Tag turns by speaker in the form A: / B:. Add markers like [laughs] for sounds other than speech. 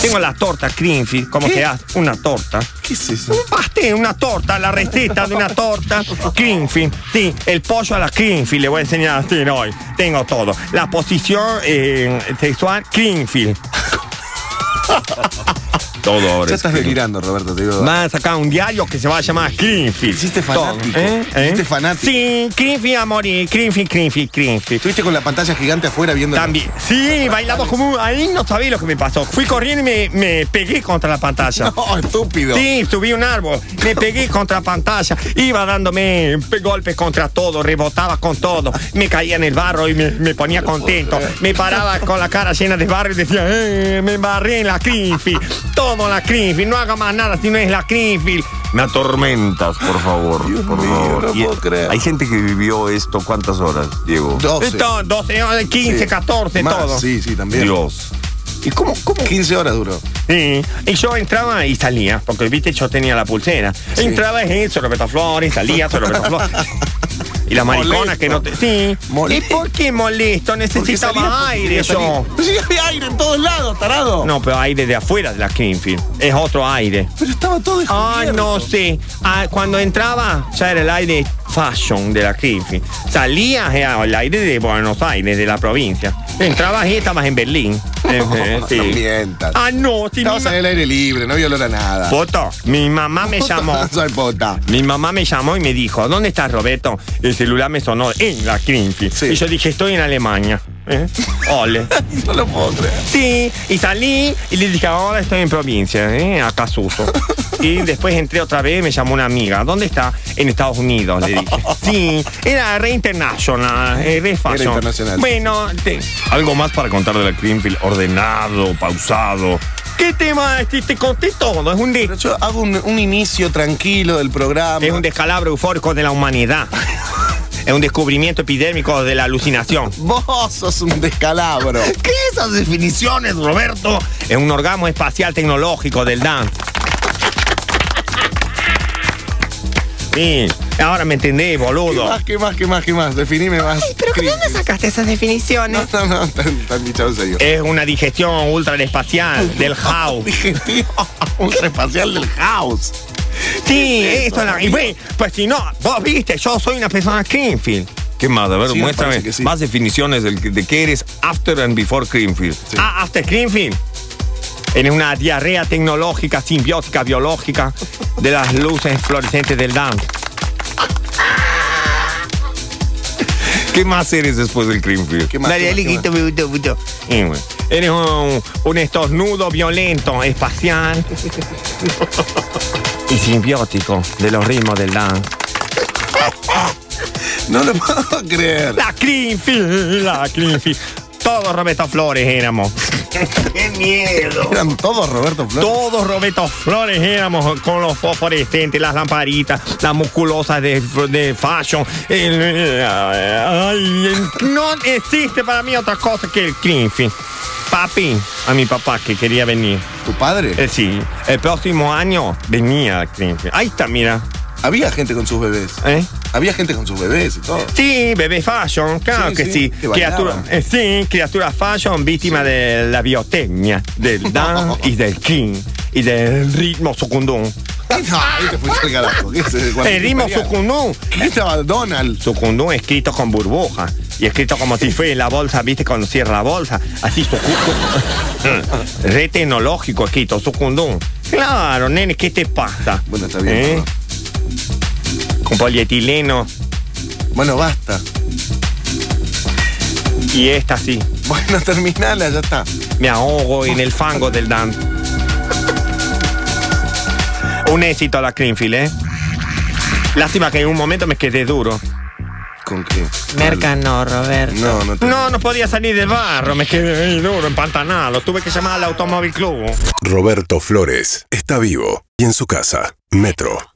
A: Tengo la torta Greenfield, como
B: ¿Qué?
A: que haz una torta.
B: ¿Qué es eso?
A: Un pastel, una torta, la receta de una torta. Greenfield, sí, el pollo a la Greenfield, le voy a enseñar así hoy. Tengo todo. La posición eh, sexual Greenfield.
C: Todo ahora.
B: Ya
C: es
B: estás
C: que-
B: delirando, Roberto, te digo.
A: Van a sacar un diario que se va a llamar Greenfield. ¿Eh?
B: Hiciste fanático, ¿Eh? hiciste fanático.
A: Sí, Greenfield a morir. Greenfield, Greenfield, Greenfield.
B: Estuviste con la pantalla gigante afuera viendo.
A: También. Sí, bailamos como un- Ahí no sabía lo que me pasó. Fui corriendo y me, me pegué contra la pantalla.
B: No, Oh, estúpido.
A: Sí, subí un árbol, me pegué contra la pantalla, iba dándome pe- golpes contra todo, rebotaba con todo, me caía en el barro y me, me ponía contento, me paraba con la cara llena de barro y decía, "Eh, me barré en la Greenfield, todo en la Greenfield, no haga más nada si no es la Greenfield.
C: Me atormentas, por favor. por
B: mío,
C: favor.
B: no
C: Y-
B: puedo creer.
C: Hay gente que vivió esto cuántas horas, Diego.
B: Doce.
A: Esto, 12, 15,
B: Oh, Sí.
A: 14,
B: Más,
A: todo.
B: Sí, sí, también.
C: Dios.
B: ¿Y cómo, cómo? 15 horas duró.
A: Sí, Y yo entraba y salía, porque viste, yo tenía la pulsera. Entraba y sorbetaflores, salía sorbetaflores.
B: [laughs]
A: Y las mariconas que no te. Sí.
B: Molesto.
A: ¿Y por qué molesto? Necesitaba
B: salía porque
A: aire
B: quería
A: yo.
B: salir. Pero sí, había aire en todos lados, tarado.
A: No, pero aire de afuera de la Greenfield. Es otro aire.
B: Pero estaba todo
A: Ay,
B: descubierto.
A: no sé. Ah, cuando entraba, ya era el aire fashion de la Greenfield. Salías era el aire de Buenos Aires, de la provincia. Entrabas y estabas en
B: [laughs]
A: Berlín. Eh,
B: No
A: sí.
B: mientas.
A: Ah, no, si mi,
B: Estabas en
A: ma-
B: el aire libre, no había olor a nada.
A: Poto, mi mamá me llamó.
B: [laughs] Soy pota.
A: Mi mamá me llamó y me dijo, ¿dónde estás Roberto? El celular me sonó en la Greenfield.
B: Sí.
A: Y yo dije, estoy en Alemania. ¿Eh?
B: [laughs]
A: Ole.
B: No lo puedo creer.
A: sí, y salí y le dije, ahora estoy en provincia, ¿eh? acá Suso. Y después entré otra vez y me llamó una amiga. ¿Dónde está? En Estados Unidos, le
B: [laughs]
A: dije. Sí, era re international, eh, re fashion.
B: internacional.
A: Bueno, te-
C: Algo más para contar de la Greenfield, ordenado, pausado.
A: ¿qué tema? Este, Te, te conté todo, es un, de-
B: Pero yo hago un, un inicio tranquilo del programa.
A: es un descalabro eufórico de la [laughs] humanidad. Es un descubrimiento epidémico de la alucinación.
B: Vos sos un [laughs] descalabro.
A: ¿Qué esas definiciones, Roberto? Es un orgasmo espacial tecnológico del [laughs] dance. Sí, ahora me entendés,
B: ¿Qué
A: boludo.
B: más, qué más, qué más, qué más? Definime más. Crisis.
A: sacaste esas definiciones?
B: No, no, no, tan, tan bichado en serio.
A: Es una digestión ultraespacial [laughs] del house.
B: Dije, [laughs] tío, un espacial del house.
A: Sí, eso es la. Y ve, pues si no, vos viste, yo soy una persona Greenfield.
C: ¿Qué más? A ver,
B: Sí, me
C: muéstrame
B: parece que sí.
C: más definiciones del que- de qué eres after and before Greenfield.
A: Ah, after Greenfield. En una diarrea tecnológica, simbiótica, biológica de las luces fluorescentes del dance.
C: ¿Qué más eres después del Greenfield?
B: ¿Qué más?
A: Dale,
B: qué
A: dale,
B: más, qué más?
A: grito, grito, grito. Y bueno, Eres un, un estornudo violento,
B: [laughs]
A: espacial y simbiótico de los ritmos del dance.
B: No lo puedo creer.
A: La Greenfield, la Greenfield. Todos Roberto Flores éramos. ¡Qué miedo!
B: Eran todos Roberto Flores.
A: Todos Roberto Flores éramos con los fosforescentes, las lamparitas, las musculosas de, de fashion. El- eh, ay, el- no existe para mí otra cosa que el Greenfield. Papi, a mi papá que quería venir.
B: ¿Tu padre?
A: Eh, sí, el próximo año venía Greenfield. Ahí está, mira.
B: Había gente con sus bebés.
A: ¿Eh?
B: Había gente con sus bebés y todo.
A: Sí, bebé fashion, claro
B: Sí,
A: que
B: sí,
A: sí.
B: que
A: criatura,
B: bailaban.
A: eh, sí, criatura fashion, víctima de la biotecnia,
B: [laughs]
A: del dan y del king y del ritmo sucundum.
B: No, Eh, ahí te fuiste al carajo. ¿Qué es el
A: El ritmo sucundum.
B: ¿Qué estaba Donald?
A: Sucundum escrito con burbuja y escrito como si fuera la bolsa, viste, cuando cierra la bolsa. Así, sucundum. [laughs] Re tecnológico escrito, sucundum. Claro, nene, ¿qué te pasa?
B: Bueno, está bien.
A: ¿Eh?
B: ¿no?
A: Con polietileno
B: Bueno, basta.
A: y esta sí.
B: Bueno, terminala, ya está.
A: Me ahogo en el fango del Dan. Un éxito a la Greenfield, ¿eh? Lástima que en un momento me quedé duro.
B: ¿Con qué?
D: Merca no, Roberto.
B: No, no te...
A: No, no podía salir del barro, me quedé ahí duro, empantanado. Tuve que llamar al Automóvil Club.
E: Roberto Flores está vivo y en su casa, Metro.